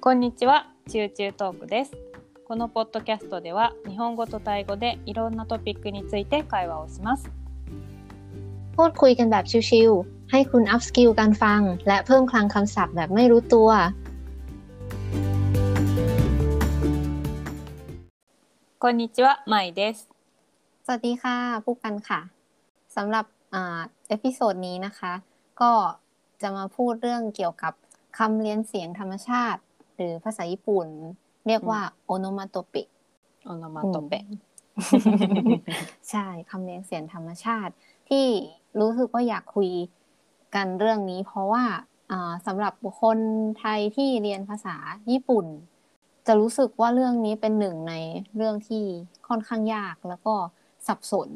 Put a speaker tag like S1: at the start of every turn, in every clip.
S1: こんにちは、チューチュートークです。このポッドキャストでは、日本語とタイ語でいろんなトピックについて会話をします。
S2: พูดคุยกันแบบชิวๆ ให้คุณอัพสกิลการฟัง และเพิ่มคลังคำศัพท์แบบไม่รู้ตัว
S1: こんにちは、まいです。
S2: สวัสดีค่ะผู้กันค่ะสำหรับอ่าเอพิโซดนี้นะคะ ก็จะมาพูดเรื่องเกี่ยวกับคำเรียนเสียงธรรมชาติ หรือภาษาญี่ปุ่น เรียกว่าโอโนมาโตเป
S1: オノマトペ。
S2: ใช่คำเรียงเสียงธรรมชาติ ที่รู้สึกว่าอยากคุยกันเรื่องนี้ เพราะว่าอ่าสำหรับบุคคลไทยที่เรียนภาษาญี่ปุ่น จะรู้สึกว่าเรื่องนี้เป็นหนึ่งในเรื่องที่ค่อนข้างยาก แล้วก็สับสน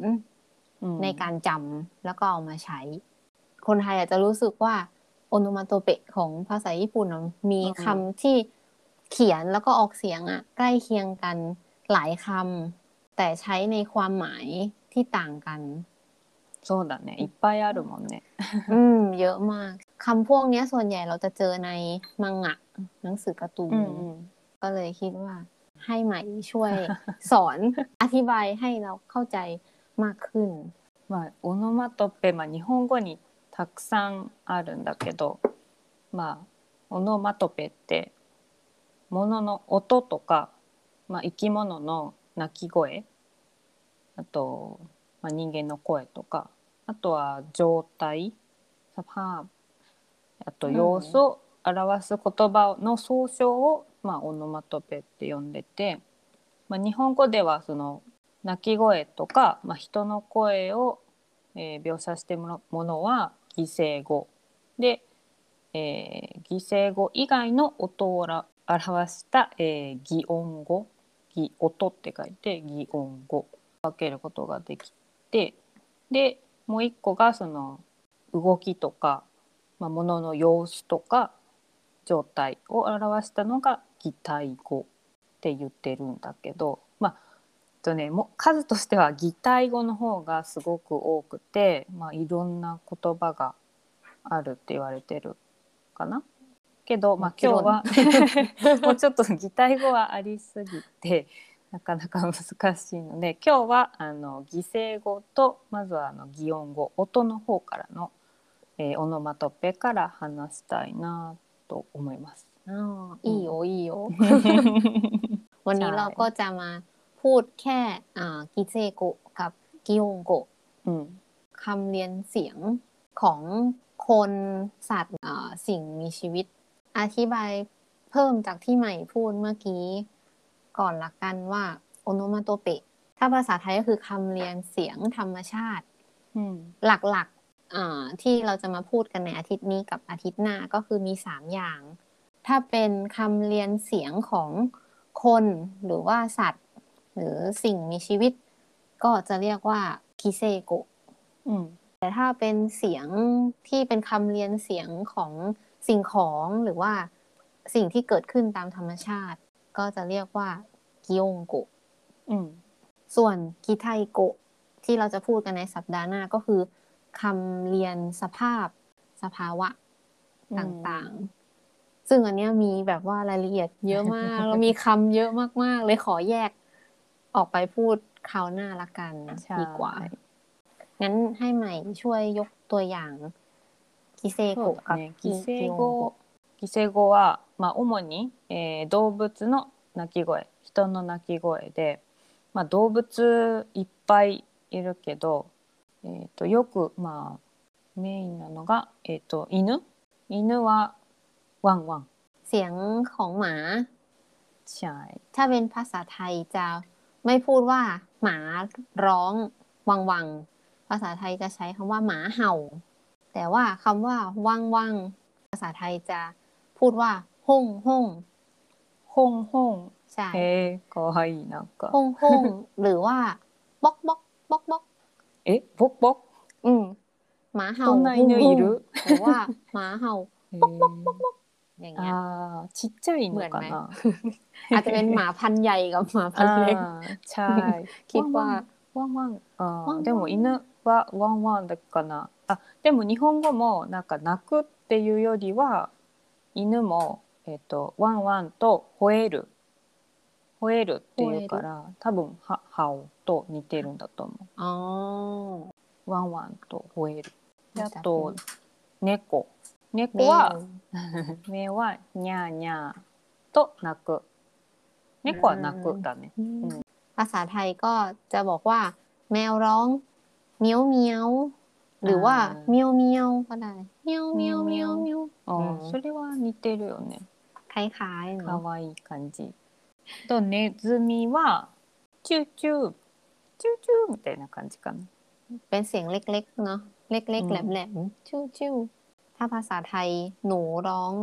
S1: うん
S2: ในการจำแล้วก็เอามาใช้ คนไทยอาจจะรู้สึกว่าโอโนมาโตเปะของภาษาญี่ปุ่นน่ะมี
S1: อืม
S2: คำที่เขียนแล้วก็ออกเสียงอะใกล้เคียงกันหลายคำแต่ใช้ในความหมายที่ต่างกัน
S1: そうだね、いっぱいあるもんね。
S2: อืม เยอะมากคำพวกเนี้ยส่วนใหญ่เราจะเจอในมังงะหนังสือการ์ตูน
S1: ん。
S2: ก็เลยคิดว่าให้ไหมช่วย สอน อธิบายให้เราเข้าใจมากขึ้น
S1: まあ、オノマトペ、まあ、日本語にたくさんあるんだけど、まあ、オノマトペって、ものの音とか、まあ、生き物の鳴き声、あと、まあ、人間の声とか、あとは状態、サあと様子を表す言葉の総称を、まあ、オノマトペって呼んでて、まあ、日本語ではその鳴き声とか、まあ、人の声を、えー描写してもらうものは擬声語で、えー擬声語以外の音をら表した、えー擬音語擬音って書いて擬音語分けることができてでもう一個がその動きとか、まあ、物の様子とか状態を表したのが擬態語って言ってるんだけどまあえっとね、も数としては擬態語の方がすごく多くて、まあ、いろんな言葉があるって言われてるかなけど、まあ、今日は もうちょっと擬態語はありすぎてなかなか難しいので今日はあの擬声語とまずはあの擬音語音の方からの、えーオノマトペから話したいなと思います。
S2: อ๋ออีโออีโอ วันนี้
S1: ใช่
S2: เราก็จะมาพูดแค่อ่ากิเซโกะกับกิโยงโกะ
S1: うん
S2: คำเรียนเสียงของคนสัตว์อ่าสิ่งมีชีวิต อธิบายเพิ่มจากที่ใหม่พูดเมื่อกี้ ก่อนละกันว่าโอโนมาโตเปะถ้าภาษาไทยก็คือคำเรียนเสียงธรรมชาติ
S1: うん
S2: หลักๆอ่าที่เราจะมาพูดกันในอาทิตย์นี้กับอาทิตย์หน้าก็คือมี 3 อย่าง ถ้าเป็นคำเรียนเสียงของคนหรือว่าสัตว์ หรือสิ่งมีชีวิต ก็จะเรียกว่าคิเซโกะ
S1: うん
S2: แต่ถ้าเป็นเสียงที่เป็นคำเรียนเสียงของสิ่งของหรือว่าสิ่งที่เกิดขึ้นตามธรรมชาติ ก็จะเรียกว่ากิโยงโกะ
S1: うん
S2: ส่วนกิไทโกะที่เราจะพูดกันในสัปดาห์หน้าก็คือคำเรียนสภาพสภาวะต่างๆ ซึ่งอันเนี้ยมีแบบว่ารายละเอียดเยอะม าก แล้วมีคำเยอะมากๆ เลยขอแยกออกไปพูดคราวหน้าละกัน
S1: ใช่
S2: ดีกว่า งั้นให้ใหม่ช่วยยกตัวอย่างกิเซ
S1: そう
S2: โกะ
S1: だ
S2: กับ
S1: ね
S2: กิ
S1: 擬
S2: เซ
S1: 声
S2: โก
S1: 語
S2: ะ
S1: 擬声語は、まあ、主に、えー動物の鳴き声人の鳴き声で、まあ、動物いっぱいいるけど、えー、とよく、まあ、メインなのが、えー、と犬犬はワンワン
S2: เสียงของหมา
S1: チャイ
S2: ถ้าเป็นภาษาไทยจะไม่พูดว่า หมาร้องวังวัง ภาษาไทยจะใช้คำว่าหมาเห่า แต่ว่าคำว่าวังวัง ภาษาไทยจะพูดว่าห้องห้อง
S1: ホンホン
S2: ใช่
S1: へえかわいいなんか
S2: ห้องห้องหรือว่าบ๊อกบ๊อกบ๊อกบ๊อก
S1: えボッボッ
S2: อืมหมาเห่า
S1: どんな犬いる
S2: หรือว่าหมาเห่า
S1: へえ
S2: อย่างเงี้ย
S1: あーちっちゃいのかな
S2: อาจจะเป็นหมาพันธุ์ใหญ่กับหมาพันธุ์เล็ก
S1: あーチャ イ
S2: คิดว่า
S1: ワンワンあ
S2: ワンワ
S1: ー
S2: ン
S1: でも犬はワンワンだかなあでも日本語もなんか泣くっていうよりは犬も、えっとワンワンと吠える吠えるっていうから多分はハオと似てるんだと思
S2: อ๋อ
S1: うワンワンと吠えるであ
S2: รู้จัก
S1: と
S2: ไหม
S1: 猫
S2: แม
S1: 猫
S2: ว
S1: は目はニャーニャーと泣く猫は泣くだね
S2: ภาษาไทยก็จะบอกว่า แมวร้องเมียวเมียวหรือว่าเมียวเมียวก็ได้เมียวเมียวเมียวเมียว
S1: あ
S2: う
S1: あ
S2: ん
S1: それは似てるよね
S2: คล้ายๆ
S1: か
S2: เนาะ
S1: わいい感じとネズミはチューチューチューチューみたいな感じかな
S2: เป็นเสียงเล็กๆเนาะเล็กๆแหลมๆชิวชิวๆถ้าภาษาไทยหนูร้อง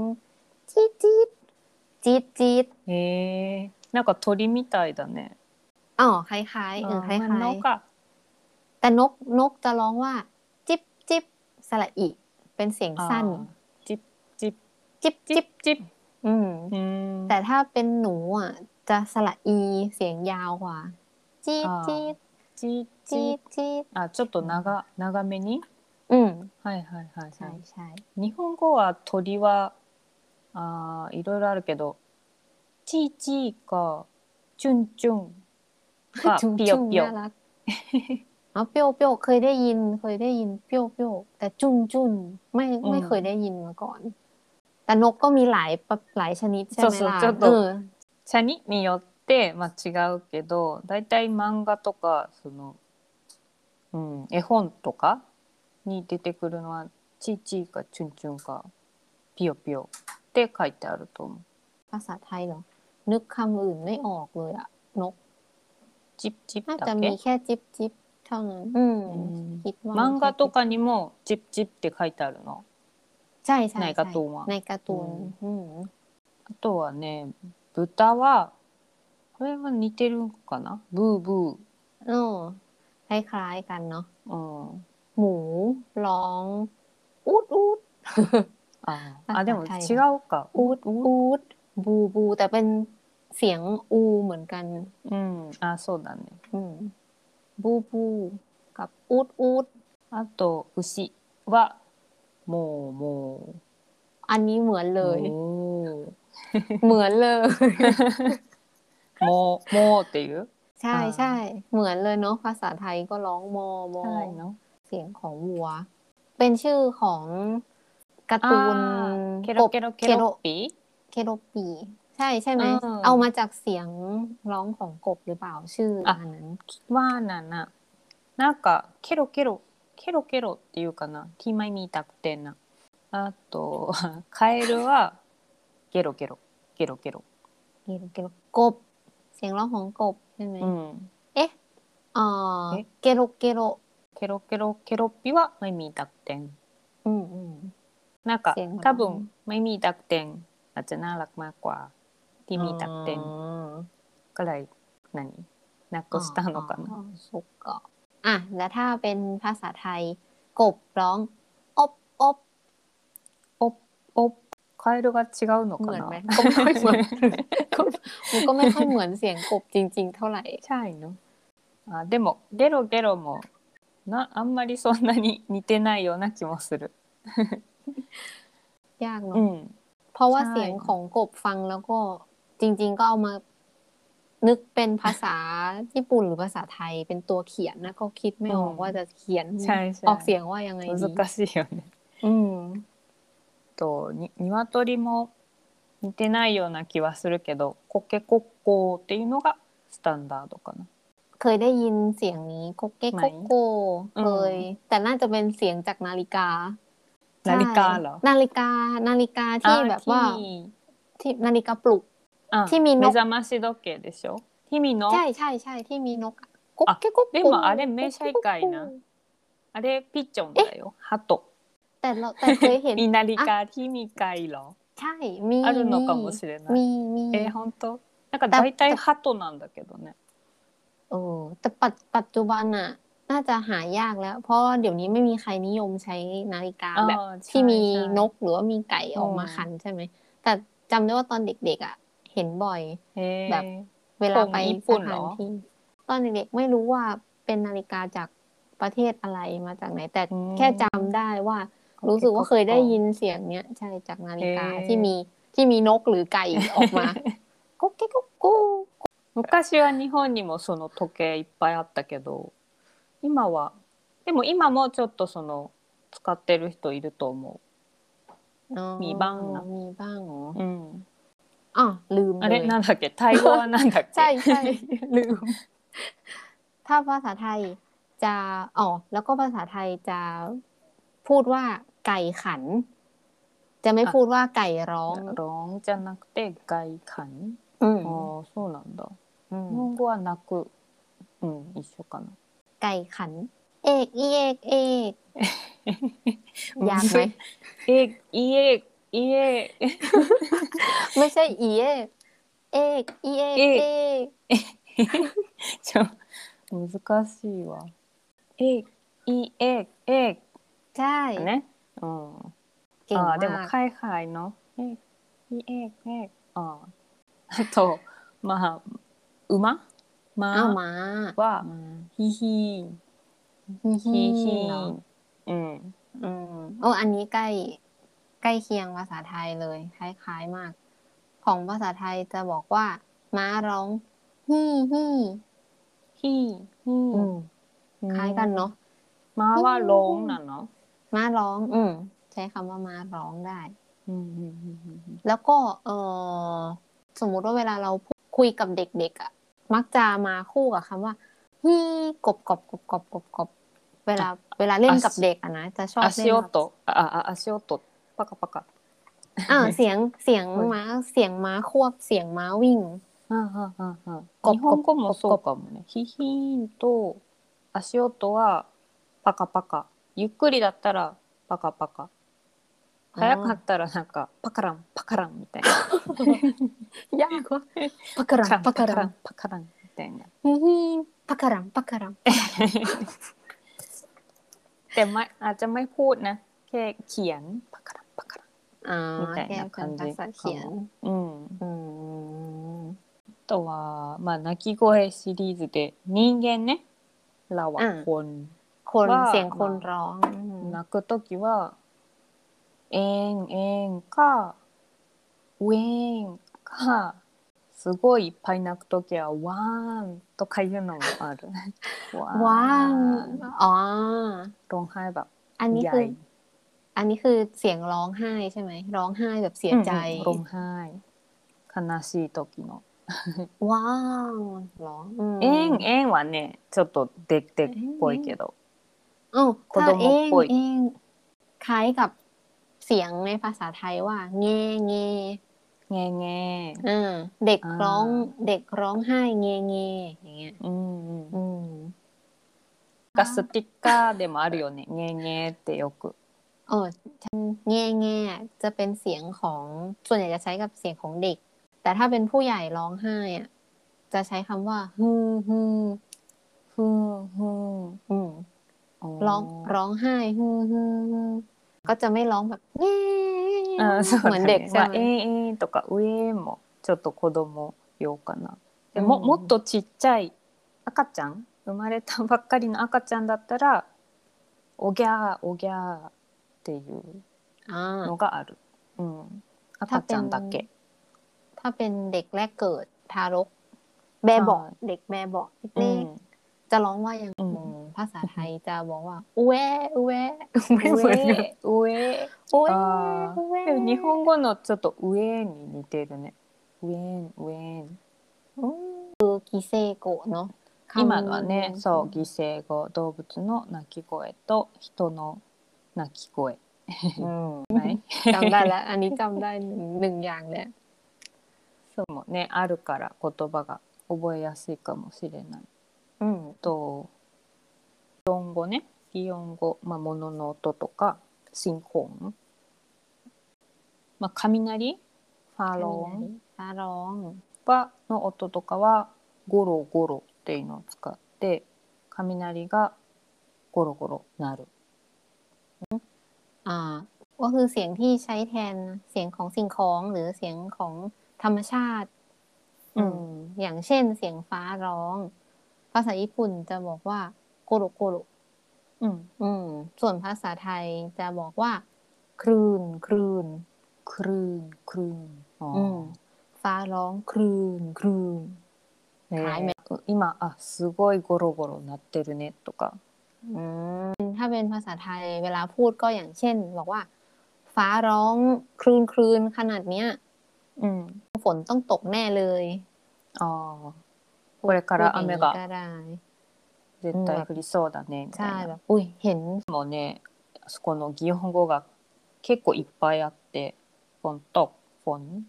S2: จี๊ดจี๊ดจี๊ดจี๊ด
S1: へえなんか鳥みたいだね
S2: อ๋อคล้ายๆเออคล้าย
S1: のが
S2: ๆแต่นกนกจะร้องว่า จิ๊บจิ๊บสระอิเป็นเสียงสั้น
S1: あーチッチッ
S2: จิ๊บ
S1: チ
S2: จิ๊
S1: ッ
S2: บ
S1: チッ
S2: อืม
S1: うーん
S2: แต่ถ้าเป็นหนูอ่ะ จะสระอีเสียงยาวกว่า จี๊ดจี๊ด
S1: チッチ
S2: จี๊
S1: ッ
S2: ดจี๊ด
S1: あちょっと長長めに
S2: อืม
S1: はいはいはいは
S2: ใช่
S1: い
S2: ใช่
S1: 日本語は鳥はあーいろいろあるけどチーチーかチュンチュン か
S2: จุง
S1: ピ
S2: จุง
S1: ヨピ
S2: น่า
S1: ヨ
S2: รักอ๋อเปียวเปียวเคยได้ยินเคยได้ยินเปียวเปียวแต่จุงจุนไม่ไม่เคยได้ยินมาก่อน แต่นกก็มีหลายประหลายชนิดใช่ไหมล่ะเออ
S1: 茶にによって、まあ、違うけどだいたい漫画とかその、うん、絵本とかに出てくるのはチーチーかチュンチュンかピヨピヨって書いてあると思う。
S2: ภาษาไทยเหรอ นึกคำอื่นไม่ออกเลยอะนก
S1: チッチ
S2: น่า
S1: ッだ
S2: จะ
S1: っ
S2: มี
S1: け
S2: แค่จิ๊บจิ๊บเท่านั้น อืม
S1: うん
S2: คิดว่า
S1: 漫画とか
S2: แค่จิ๊บ
S1: にもチッチッって書いてあるの。
S2: ใช่ใช่
S1: ในการ์ตูนอะ
S2: ในการ์ตูนอืม
S1: あとはね豚はこれは似てるのかなブーブ
S2: เออคล้ายๆกันเนาะ
S1: ー。うん
S2: หมูร้อง อูดอูด
S1: あ
S2: あ
S1: ーあでも
S2: はい
S1: 違うか。
S2: อูดอูดบูบู แต่เป็นเสียงอูเหมือนกัน
S1: うんあそうだね。
S2: อืมบูบูกับอูดอูด
S1: あと牛はもうも
S2: อันนี้เหมือน
S1: う
S2: เลย
S1: もう
S2: เหมือนเลย
S1: もうもうっていう
S2: ใช่ใช่ เหมือนเลยเนาะภาษาไทยก็ร้องมอมอ
S1: の
S2: เสียงของวัว เป็นชื่อของการ์ตูน
S1: あーケ
S2: ก
S1: ロ
S2: บ
S1: ケロケロッピ
S2: เคโรปีใช่ใช่ไหม
S1: อ่า
S2: เอามาจากเสียงร้องของกบหรือเปล่าชื่ออันนั้น
S1: ーはなななんかケロケロケロケロっていうかなティーマイミータクテンなあとカエルはゲロゲロゲロゲロ
S2: เกโรเกโรกบ เสียงร้องของกบใช่ไหม
S1: うん
S2: เอ่อ
S1: เอ๊ะ
S2: เกโรเกโร
S1: ケロケロケロッピはマイミータクテン
S2: อืมอืม
S1: なんか
S2: เสียงเหมือน
S1: 多分マイミータクテンอาจจะน่ารักมากกว่าティーミータクテン
S2: อ๋อ
S1: ぐらい何なくしたのか
S2: อ๋
S1: な
S2: อสุกกะอ่ะแล้วถ้าเป็นภาษาไทย กบร้องอบอบ
S1: おカエルが違うの
S2: เห
S1: か
S2: มือน
S1: な
S2: ไหมก็ไม่ค่อยเหมือนมันก็ไม่ค่อยเหมือนเสียงกบจริง ๆ เท่าไหร่
S1: チャイのあでもゲロゲロもなあんまりそんなに似てないような気もする
S2: ยาก
S1: う
S2: เนาะ
S1: ん
S2: เพราะว่า
S1: ใช่
S2: เสียงของกบฟังแล้วก็จริง ๆ ก็เอามา นึกเป็นภาษา ญี่ปุ่นหรือภาษาไทยเป็นตัวเขียนนะก็คิดไม่ออกว่าจะเขียน
S1: チャイシ
S2: ออก
S1: ャ
S2: เสี
S1: イ
S2: ยงว่ายังไงดี
S1: 難しいよね
S2: อืม
S1: とに鶏も似てないような気はするけどコケコッコーっていうのがスタンダードかな
S2: เคยได้ยินเสียงนี้กกเก๊ก
S1: ไหน
S2: กกโกเคย แต่น่าจะเป็นเสียงจากนาฬิกา
S1: นาฬิกาเหรอ
S2: ใช่นาฬิกา นาฬิกาที่แบบว่า
S1: あー
S2: ที่นาฬิกาปลุก
S1: あ
S2: ティミ
S1: 目
S2: の
S1: 覚まし時計でしょティミの
S2: ใช่ใช่ใช่ที่มีนกกก
S1: อ่ะ
S2: เก๊กกกโก
S1: でもあれไม่ใช่ไก่นะ あれピッチョンだよ鳩
S2: แต่เราแต่เคยเห็น
S1: みなりかひみかいろ
S2: ใช่มี
S1: あるのかもしれな
S2: มี
S1: い。
S2: มี
S1: えー、本当なんか大体鳩なんだけどね。
S2: โอ้แต่ปัจปัจจุบันอะน่าจะหายากแล้ว เพราะว่าเดี๋ยวนี้ไม่มีใครนิยมใช้นาฬิกาแบบ
S1: あー
S2: ที่มี
S1: ใช่
S2: นกหรือว่ามีไก่ออกมาคันใช่ไหม แต่จำได้ว่าตอนเด็กๆอะเห็นบ่อย
S1: ใช่へー
S2: แบบ เวลาไปสถานที่ตอนเด็กๆไม่รู้ว่าเป็นนาฬิกาจากประเทศอะไรมาจากไหน แต่
S1: อืม
S2: แค่จำได้ว่า รู้สึกว่าเคยได้ยินเสียงเนี้ยใช่จากนาฬิกาที่มี ที่มีนกหรือไก่ออก มากุ๊กกิ๊กกุ๊กกุ๊ก
S1: 昔は日本にもその時計いっぱいあったけど今はでも今もちょっとその使ってる人いると思
S2: อ๋อ
S1: มีบ้างนะ
S2: มีบ้างเหรอ
S1: う、うん、
S2: อ่ะลืม
S1: あれ
S2: เลย
S1: なんだっけタイ語はなん だっけ
S2: ใช่ใช่
S1: ลืม
S2: ถ้าภาษาไทยจะอ๋อแล้วก็ภาษาไทยจะพูดว่าไก่ขัน จะไม่พูดว่าไก่ร้อง
S1: ロンじゃなくて外観
S2: อืม
S1: ああそうなんだ
S2: อืม
S1: 日本語はなくうん一緒かな
S2: ไก่ขัน เอกอีเอกเอก ยากไหม
S1: え家家
S2: ไม่ใช่อีเอกเอกอีเอกเอก
S1: ちょ難しいわえいええ
S2: ใช่
S1: ねうん
S2: เก่ง
S1: อ่าม でも
S2: าก
S1: 海外のえいええああとまあ馬
S2: เอา
S1: 馬
S2: มา
S1: は
S2: มา
S1: ひひ
S2: ฮิ
S1: ひ
S2: ฮิ
S1: ひ
S2: เนาะ
S1: うん
S2: อืมโอ้อันนี้ใกล้ใกล้เคียงภาษาไทยเลย คล้ายๆมาก ของภาษาไทยจะบอกว่า ม้าร้องฮี่ฮี่
S1: ひ
S2: อื
S1: ひ
S2: มคล้ายกันเนาะ
S1: まはロンなの
S2: ม้าร้อง อืมใช้คำว่าม้าร้องได้
S1: うんうんうんうん
S2: แล้วก็เออสมมุติว่าเวลาเราพูดคุยกับเด็กๆอะ่ะ มักจะมาคู่กับคำว่าฮี่กบกบกบกบกบกบเวลาเวลาเล่นกับเด็กอะนะจะชอบเล่น
S1: 足
S2: กับ
S1: 音ああ足音パカパカ
S2: อ่าเสียงเสียงม้าเสียงม้าควบเสียงม้าวิ่ง
S1: うんうんうんうん
S2: こ
S1: 日本語もそうかもね。ヒヒーンと足音はパカパカ。ゆっくりだったらパカパカ。早かったらなんかパカランパカランみたいな。
S2: ยากวะปะกะรังปะกะรัง
S1: パカランみたいな。
S2: ฮี่ฮี่ปะกะรังปะกะรัง
S1: でまあじゃあไม่พูดนะแค่เขียนパカランパカラ
S2: อ่า
S1: มีแต่
S2: แค่เป็น
S1: คำ
S2: ภาษาเขียน
S1: ค ン。うん。
S2: อืม
S1: あとはまあ鳴き声シリーズで人間ね。ラワコン。
S2: คน
S1: ว่า
S2: เสียงคนร้องอืม
S1: 泣くときは、えんえんか、うえんか、すごいいっぱい泣くときは、わーんとかいうのもあ る。わーん
S2: ว้างอ๋อ
S1: ร้องไห้แบบ
S2: อันนี้
S1: ใหญ่
S2: คือ อันนี้คือเสียงร้องไห้ใช่ไหม ร้องไห้แบบเสียใจ
S1: ร้องไห้悲しい時の。
S2: ว้าวร้องม
S1: えんえんはね、ちょっとでっでっぽいけど。
S2: เอ้า
S1: คน
S2: ถ้า
S1: โดน
S2: เอ
S1: มก
S2: ง
S1: ปุย
S2: เองคล้ายกับเสียงในภาษาไทยว่าแง่แง่
S1: ねえねえ。
S2: อ่าเด็ก
S1: อ่า
S2: ร้อง เด็กร้องไห้แง่แง่อย่างเงี้ย
S1: うんうん。
S2: อืม
S1: がスティッカーでもあるよね。ねえねえってよく。
S2: เออแง่แง่จะเป็นเสียงของส่วนใหญ่จะใช้กับเสียงของเด็ก แต่ถ้าเป็นผู้ใหญ่ร้องไห้อะจะใช้คำว่าฮึมฮึม
S1: ふんふん。
S2: อืม ร้องร้องไห้ฮือฮือฮือก็จะไม่ร้องแบบเย้
S1: あそう
S2: เห
S1: だ
S2: มือน
S1: ね
S2: เด็ก
S1: じ
S2: ใช่
S1: ゃあ
S2: ไห
S1: え
S2: ม
S1: ーえーとかうえーもちょっと子供用かな。で
S2: うん
S1: も、もっとちっちゃい赤ちゃん、生まれたばっかりの赤ちゃんだったら、おぎゃーおぎゃーっていう
S2: อ่า
S1: のがある。うん、赤ちゃんだけ。
S2: ถ้าเป็นเด็กแรกเกิดทารก แบเบาะเด็กแบเบาะ
S1: う
S2: เล็ก
S1: ん、
S2: ๆจะร้องว่ายัง
S1: อืม
S2: อืมภาษาไทยจะบอกว่าอุเออุเอไม่เหมือนกัน
S1: 上上
S2: อุเอ
S1: あ
S2: อุเอ
S1: ーでも日本語のちょっと上に似てるね。上ん上ん
S2: อืมคือกิเซโกะเนาะคำ
S1: 今のはね、そう犠牲語、動物の鳴き声と人の鳴き声。
S2: อืม
S1: ない
S2: จำได้แล้ว อันนี้จำได้หนึ่งหนึ่งอย่างแหละ
S1: そうもねあるから言葉が覚えやすいかもしれない
S2: อืม
S1: と擬音語ね擬音語、まあ、物の音とか進行音、まあ、雷ファローン
S2: ฟ้าร้อง
S1: はの音とかはゴロゴロっていうのを使って雷がゴロゴロ鳴る
S2: อ่าก็คือเสียงที่ใช้แทนเสียงของสิ่งของหรือเสียงของธรรมชาติ อืม อย่างเช่นเสียงฟ้าร้อง ภาษาญี่ปุ่นจะบอกว่าโกโรโกโร
S1: うん
S2: อืม ส่วนภาษาไทยจะบอกว่า คลื่นคลื่น ครืนครืน
S1: อ๋อ
S2: อืมฟ้าร้องครืนครืน
S1: へー
S2: ขายไหม
S1: 今あすごいゴロゴロ鳴ってるねとか
S2: ถ้าเป็นภาษาไทยเวลาพูดก็อย่างเช่น บอกว่า ฟ้าร้องครืนครืนขนาดเนี้ย
S1: うん
S2: ฝนต้องตกแน่เลย
S1: ああこれから雨
S2: พูดอ
S1: が
S2: ย่างนี้ก็ได้
S1: 絶対降りそうだねみた
S2: ใช่
S1: い
S2: แบ
S1: な
S2: บอุ้ยเห็น
S1: もうねそこの擬音語が結構いっぱいあってフォンとフォン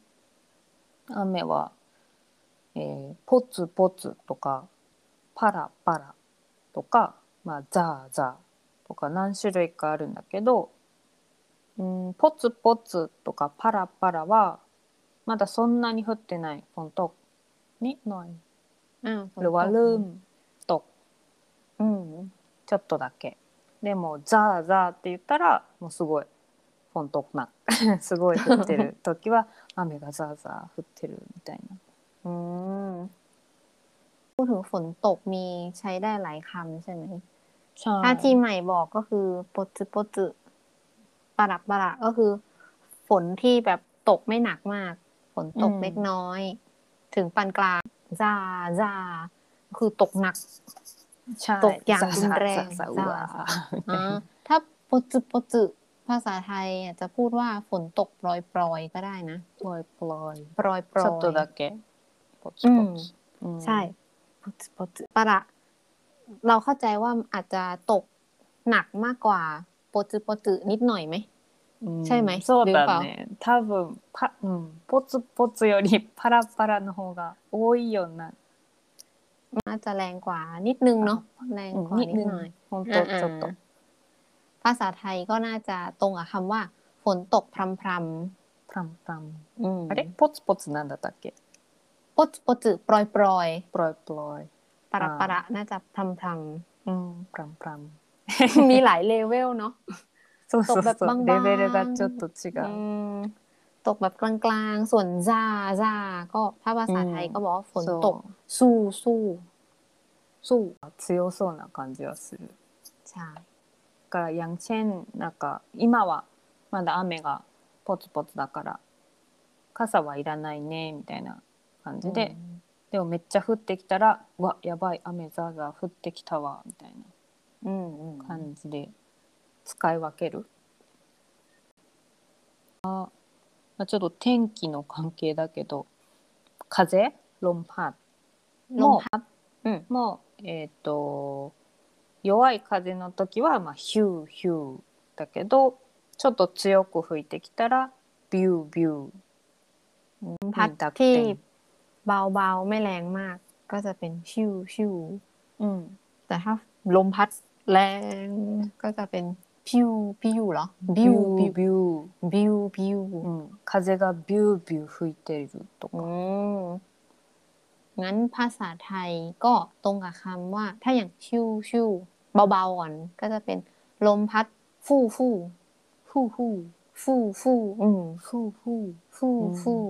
S1: 雨は、えーポツポツとかパラパラとか、まあ、ザーザーとか何種類かあるんだけどうんポツポツとかパラパラはまだそんなに降ってないフォントにない
S2: อ้าวฝ
S1: ห
S2: น
S1: รือว่า
S2: ตก
S1: เริ่มตก
S2: อืม
S1: ちょっとだけでもザーザーって言ったらもうすごいフォントな すごい降ってる時 は雨がザーザー降ってるみたいな
S2: อืมพูดถึงฝนตกมีใช้ได้หลายคำใช่ไหม
S1: ใช่
S2: ถ้าที่ใหม่บอกก็คือปดจุปดจุปะหลับปะหละก็คือ ฝนที่แบบตกไม่หนักมาก ฝนตกเล็กน้อย ถึงปานกลางซาซาคือตกหนัก
S1: ใช่
S2: ตกอย่างรุนแรง
S1: ザーザーザーザーうわーみたい
S2: อ่า
S1: な
S2: ถ้าปดจุปดจุภาษาไทยอ่ะจะพูดว่าฝนตกปลอยปลอยๆก็ได้นะ
S1: プロイプロイ
S2: ปลอยป
S1: ち
S2: ลอย
S1: ょっとだけポツポツ、うん
S2: ใช่ปดจุปดจุปะหละเราเข้าใจว่าอาจจะตกหนักมากกว่าปดจุปดจุนิดหน่อยไหม
S1: うん
S2: ใช่ไหม
S1: そう
S2: หรือ
S1: だ
S2: เปล่า
S1: ね多分パ、うん、ポツポツよりパラパラの方が多いような
S2: น่าจะแรงกว่านิดนึงเนาะแรงกว่านิดหน่อย
S1: 本当
S2: อ่า
S1: ちょっと
S2: ภาษาไทยก็น่าจะตรงกับคำว่า ฝนตกพรำพร
S1: プランプラン
S2: ำอืม
S1: あれポツポツなんだったっけ
S2: ปดปดจืปลอยปลอย
S1: プロイプロイ
S2: ปะระปะระน่าจะพรำพร
S1: うんプランプラン
S2: ำ มีหลายเลเวลเนาะ
S1: そうそう
S2: そ
S1: そう
S2: バン
S1: う
S2: バ
S1: レ
S2: ン
S1: ベルがちょっと違
S2: อื
S1: う
S2: มตกแบบกลางๆ ส่วนซาซาก็ถ้าภาษาไทย
S1: อืม
S2: ก็บอกว่าฝนตก
S1: そ
S2: สู้สู้
S1: そう強そうな感じはする
S2: ใช่
S1: だからヤンチェンなんか今はまだ雨がポツポツだから傘はいらないねみたいな感じで、でもめっちゃ降ってきたらうわやばい雨ザーザー降ってきたわみたい
S2: อืมอืม
S1: な感じで使い分ける、あまあちょっと天気の関係だけど風論破
S2: ล
S1: も
S2: มพัดอืม
S1: もう、えっと弱い風の時は、まあ、ヒューヒューだけどちょっと強く吹いてきたらビュービュー
S2: ลมพัด
S1: ดักเต็ม
S2: ที่เบาๆ ไม่แรงมาก ก็จะเป็นชิวชิว
S1: うん
S2: แต่ถ้าลมพัดแรงก็จะเป็นพิวพิวเหรอ
S1: ビ
S2: บิว
S1: ュ
S2: บิ
S1: ー
S2: ว
S1: ビュ
S2: บิวบิว
S1: ー、うん、風がビュービュー吹いてると
S2: อื
S1: か、
S2: มงั้นภาษาไทยก็ตรงกับคำว่า ถ้าอย่างชิวชิวเบาๆก่อน ก็จะเป็นลมพัดฟู่ฟู่ฟู่ฟู่ฟู่ฟู่อืมฟู่ฟู่ฟู่ฟู่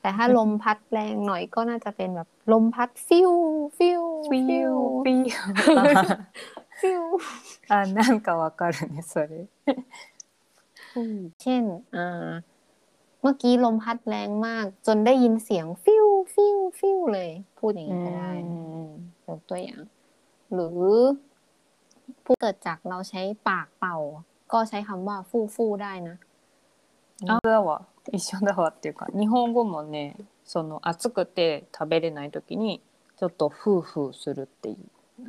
S2: แต่ถ้าลมพัดแรงหน่อยก็น่าจะเป็นแบบลมพัดฟิวฟิว
S1: ビュ
S2: ฟิว
S1: ービュー
S2: ฟิว
S1: あなんかわかるねそれ。
S2: เช่นอ่าเมื่อกี้ลมพัดแรงมาก จนได้ยินเสียงฟิวฟิวฟิวเลย พูดอย่างนี้ก็ได้ยกตัวอย่าง หรือผู้เกิดจากเราใช้ปากเป่า ก็ใช้คำว่าฟู่ฟู่ได้นะ
S1: あだわ一緒だわっていうか日本語もねその暑くて食べれない時にちょっとフーフーするっていう。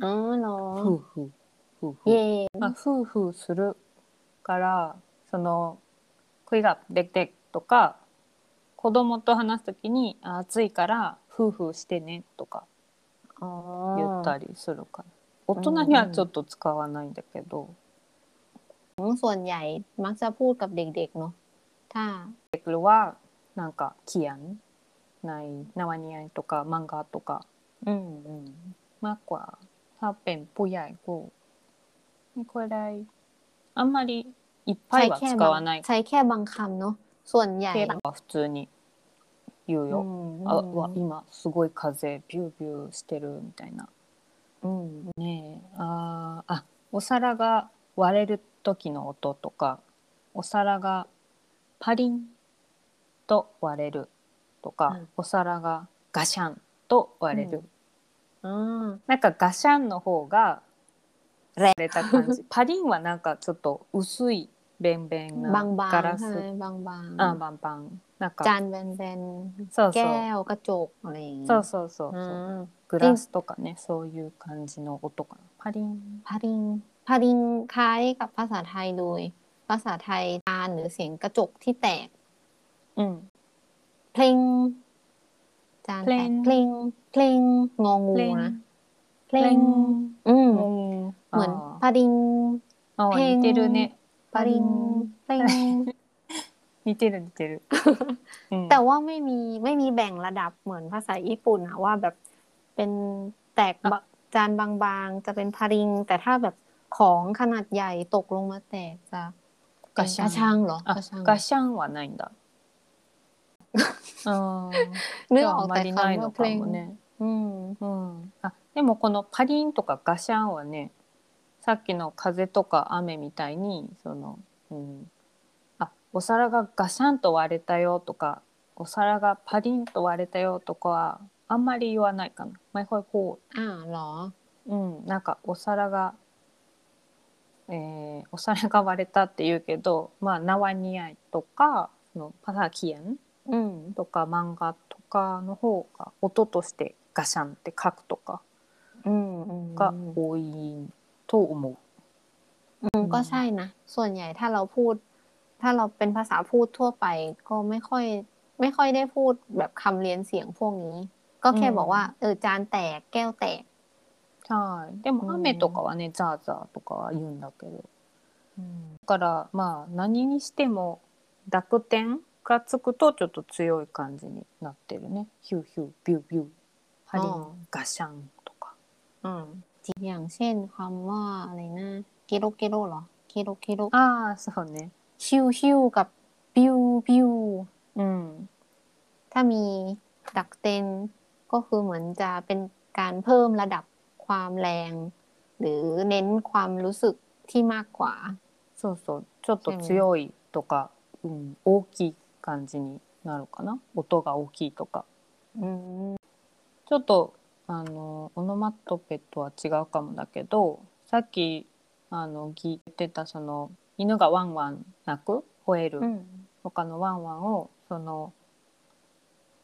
S2: อ๋อเหรอ
S1: フーフーフーフ
S2: เย่
S1: ー。まあフーフーするからその食いが出てとか子供と話す時にあ暑いからフーフーしてねとか
S2: อ๋อ
S1: 言ったりするから。大人にはちょっと使わないんだけど。
S2: ส่วนใหญ่มักจะพูดกับเด็กๆเนาะถ้า
S1: หรือว่าなんかเขียนในนวนิยายとか漫画とか
S2: อืมอืม
S1: มากกว่า ถ้าเป็นผู้ใหญ่ก็ไม่ค่อยได้あんまりいっぱいは
S2: แค่
S1: 使
S2: บาง
S1: わない
S2: ใช้แค่บางคำเนาะส่วนใหญ่
S1: 結構普通に言う
S2: อื
S1: よ、
S2: ม
S1: あうわ今すごい風ビュービューしてるみたいな
S2: อืม
S1: ねえあーあお皿が割れる時の音とかお皿がパリンと割れるとか、
S2: うん
S1: お皿がガシャンと割れる、
S2: ううん
S1: なんかガシャンの方が割れた 感じパリンはなんかちょっと薄いべんべんな
S2: บางๆ
S1: ガラ
S2: ใช่
S1: ス
S2: ไหมบาง
S1: อ่าบางบางๆなん
S2: ๆจา
S1: か
S2: นแบน
S1: そう
S2: ๆ
S1: そ
S2: แก้
S1: う
S2: วกระจกอะไรอย่างงี้
S1: そうそうそうそう
S2: อืม
S1: グラスとかねそういう感じの音かなパリン
S2: พาริงพาริงคล้ายกับภาษาไทยเลย ภาษาไทยจานหรือเสียงกระจกที่แตก
S1: うん
S2: เพลง จานแตกเพลงเพลงงองูนะเพลงอืม
S1: うん
S2: เหมือน
S1: あー
S2: พาริง
S1: あー
S2: ペン
S1: 似てるね
S2: พาริงเพลง
S1: 似てる似 てる、うん
S2: แต่ว่าไม่มีไม่มีแบ่งระดับเหมือนภาษาญี่ปุ่นอะว่าแบบเป็นแตกบะจานบางๆ จะเป็นพาริง แต่ถ้าแบบของขนาดใหญ่ตกลงมาแตกจะเป็น
S1: ガシャ
S2: ก
S1: ン
S2: ระชังเหรอ
S1: あ
S2: กระชัง
S1: ガシャンはないん だあー
S2: นึ
S1: じゃ
S2: กอ
S1: あ
S2: อก
S1: あま
S2: แต่
S1: りない
S2: คำ
S1: の
S2: ว่าเพ
S1: か
S2: ลง
S1: もね
S2: อืม
S1: うん、あでもこのパリンとかガシャンはねさっきの風とか雨みたいにその、うん、あお皿がガシャンと割れたよとかお皿がパリンと割れたよとかはあんまり言わないかな。毎回こ
S2: อ่าเหรอ
S1: う、うん、なんかお皿が、えーお皿が割れたって言うけど、まあ、縄に合いとか、そのパサキエン
S2: อืม
S1: とか漫画とかの方が音としてガシャンって書くとか
S2: อืมอืม
S1: が多いと思う。
S2: อืมก็ใช่นะ ส่วนใหญ่ถ้าเราพูด ถ้าเราเป็นภาษาพูดทั่วไป ก็ไม่ค่อย ไม่ค่อยได้พูดแบบคำเรียนเสียงพวกนี้ ก็แค่
S1: อืม
S2: บอกว่าเออจานแตกแก้วแตก
S1: はい。で
S2: うん
S1: も雨とかはね、ザーザーとかは言うんだけど。だからまあ何にしても濁点がつくとちょっと強い感じになってるね。ヒューヒュービュービュー。ハリ
S2: ああ
S1: ンガシャンとか。
S2: อืมอย่างเช่นคำว่าอะไรนะกิโลกิโลเหรอกิโลกิโล
S1: ああそうね。
S2: ชิวชิวกับบิวบิว
S1: うん。
S2: ถ้ามีดักเต็นก็คือเหมือนจะเป็นการเพิ่มระดับความแรง หรือเน้นความรู้สึกที่มากกว่า
S1: そうそう。ちょっと強いとか、うん、大きい感じになるかな。音が大きいとか。
S2: อืม
S1: ちょっとあのオノマトペとは違うかもだけどさっきあの聞いてたその犬がワンワン鳴く吠える
S2: อืม
S1: 他のワンワンをその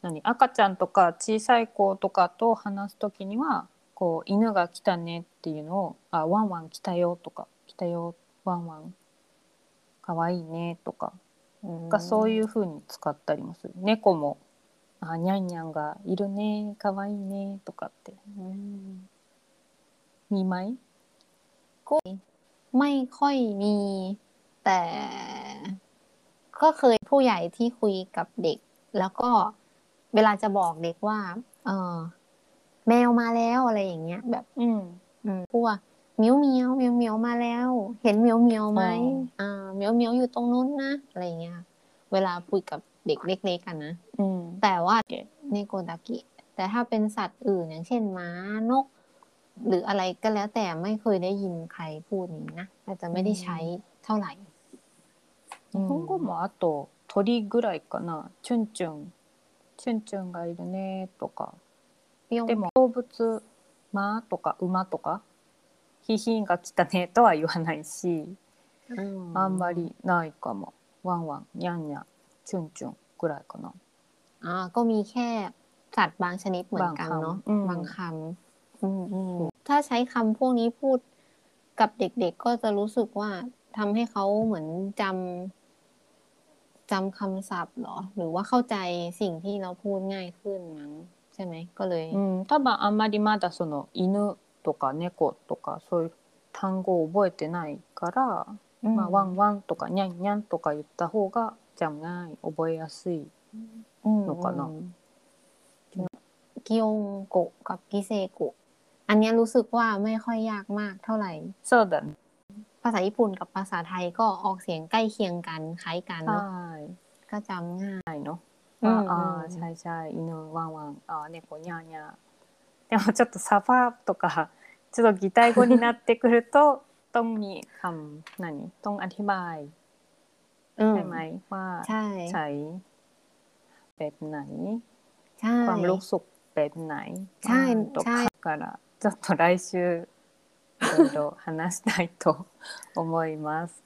S1: 何赤ちゃんとか小さい子とかと話す時にはこう犬が来たねっていうのを「あワンワン来たよ」とか「来たよワンワンかわいいね」とかがそういう風に使ったりもする。猫もあニャンニャンがいるね可愛いねとかって
S2: อืม
S1: 2枚
S2: ไม่ค่อยมี แต่ก็เคยผู้ใหญ่ที่คุยกับเด็ก แล้วก็เวลาจะบอกเด็กว่า เออแมวมาแล้วอะไรอย่างเงี้ย แบบ
S1: うん
S2: พวกเหมียวเหมียวเหมียวเหมียวมาแล้ว เห็นเหมียวเหมียวไหมอ่าเหมียวเหมียวอยู่ตรงนู้นนะอะไรอย่างเงี้ย เวลาพูดกับเด็กเล็กๆกันนะ
S1: うん
S2: แต่ว่าเนโกดากิ แต่ถ้าเป็นสัตว์อื่นอย่างเช่นม้านก หรืออะไรก็แล้วแต่ไม่เคยได้ยินใครพูดนี้นะอาจจะไม่ได้ใช้เท่าไหร่
S1: 日本語もあと鳥ぐらいかな「チュンチュンチュンチュンがいるね」とか
S2: เปรี้ยว
S1: でも動物「馬」とか「馬」とか「ヒヒンが来たね」とは言わないし
S2: อื
S1: あんまりないかも「ワンワン」「ニャンニャン」「チュンチュン」ぐらいかな。
S2: อ่าก็มีแค่สัตว์บางชนิดเหมือนกันเนาะ
S1: บางคำอืม
S2: บางคำอืมอืมถ้าใช้คำพวกนี้พูดกับเด็กๆก็จะรู้สึกว่าทำให้เขาเหมือนจำจำคำศัพท์เหรอ หรือว่าเข้าใจสิ่งที่เราพูดง่ายขึ้นมั้งใช่ไหมก็เลย
S1: うん、多分あんまりまだその犬とか猫とかそういう単語を覚えてないから、まあ、ワンワンとかニャンニャンとか言った方がじゃがい覚えやすい。
S2: の
S1: かな
S2: กิยงโกะกับกิเซโกะอันเนี้ยรู้สึกว่าไม่ค่อยยากมากเท่าไหร่
S1: そうだね。
S2: ภาษาญี่ปุ่นกับภาษาไทยก็ออกเสียงใกล้เคียงกันคล้ายกันเนาะ
S1: はーい。
S2: ก็จำง่าย
S1: ないの。
S2: う
S1: あ、
S2: ん
S1: あ
S2: うん
S1: ー、シャイシャイ、犬、ワンワン、あー、猫、ニャーニャー。 でもちょっとサファーとか、ちょっと擬態語になってくると、トンに、カン、何、トンアティバイ、
S2: อืม
S1: タイマイ、ワー、
S2: ใช่
S1: チャイ、 แบบไหน
S2: ใช่
S1: ความรู้สึกแบบไหน
S2: ใช่
S1: うんと
S2: ใช่
S1: かからちょっと来週いろいろ話したい と思います。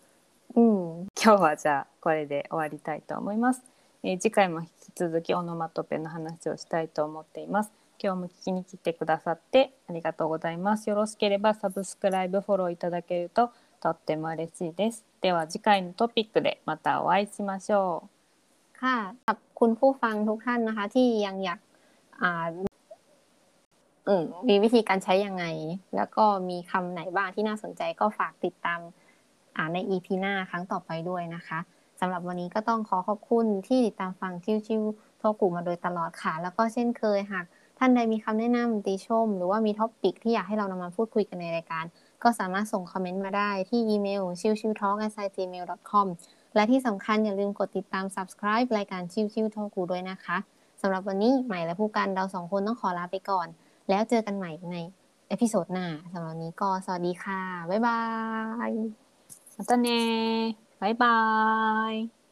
S2: อืม
S1: 今日はじゃあこれで終わりたいと思います、えー次回も引き続きオノマトペの話をしたいと思っています今日も聞きに来てくださってありがとうございますよろしければサブスクライブフォローいただけるととっても嬉しいですでは次回のトピックでまたお会いしましょう
S2: ค่ะขอบคุณผู้ฟังทุกท่านนะคะ ที่ยังอยากอ่าอืมมีวิธีการใช้ยังไง แล้วก็มีคำไหนบ้างที่น่าสนใจก็ฝากติดตามอ่าใน EP หน้าครั้งต่อไปด้วยนะคะสำหรับวันนี้ก็ต้องขอขอบคุณที่ติดตามฟังชิวชิวๆโทกุมาโดยตลอดค่ะ แล้วก็เช่นเคยหากท่านใดมีคำแนะนำติชม หรือว่ามีท็อปปิกที่อยากให้เรานำมาพูดคุยกันในรายการ ก็สามารถส่งคอมเมนต์มาได้ที่อีเมลชิวชิวทอล์ก gmail.com และที่สำคัญอย่าลืมกดติดตาม subscribe รายการชิวชิวทอกูด้วยนะคะ สำหรับวันนี้ใหม่และผู้กันเราสองคนต้องขอลาไปก่อน แล้วเจอกันใหม่ในเอพิโซดหน้า สำหรับวันนี้ก็สวัสดีค่ะ บ๊ายบาย
S1: またねバイバイ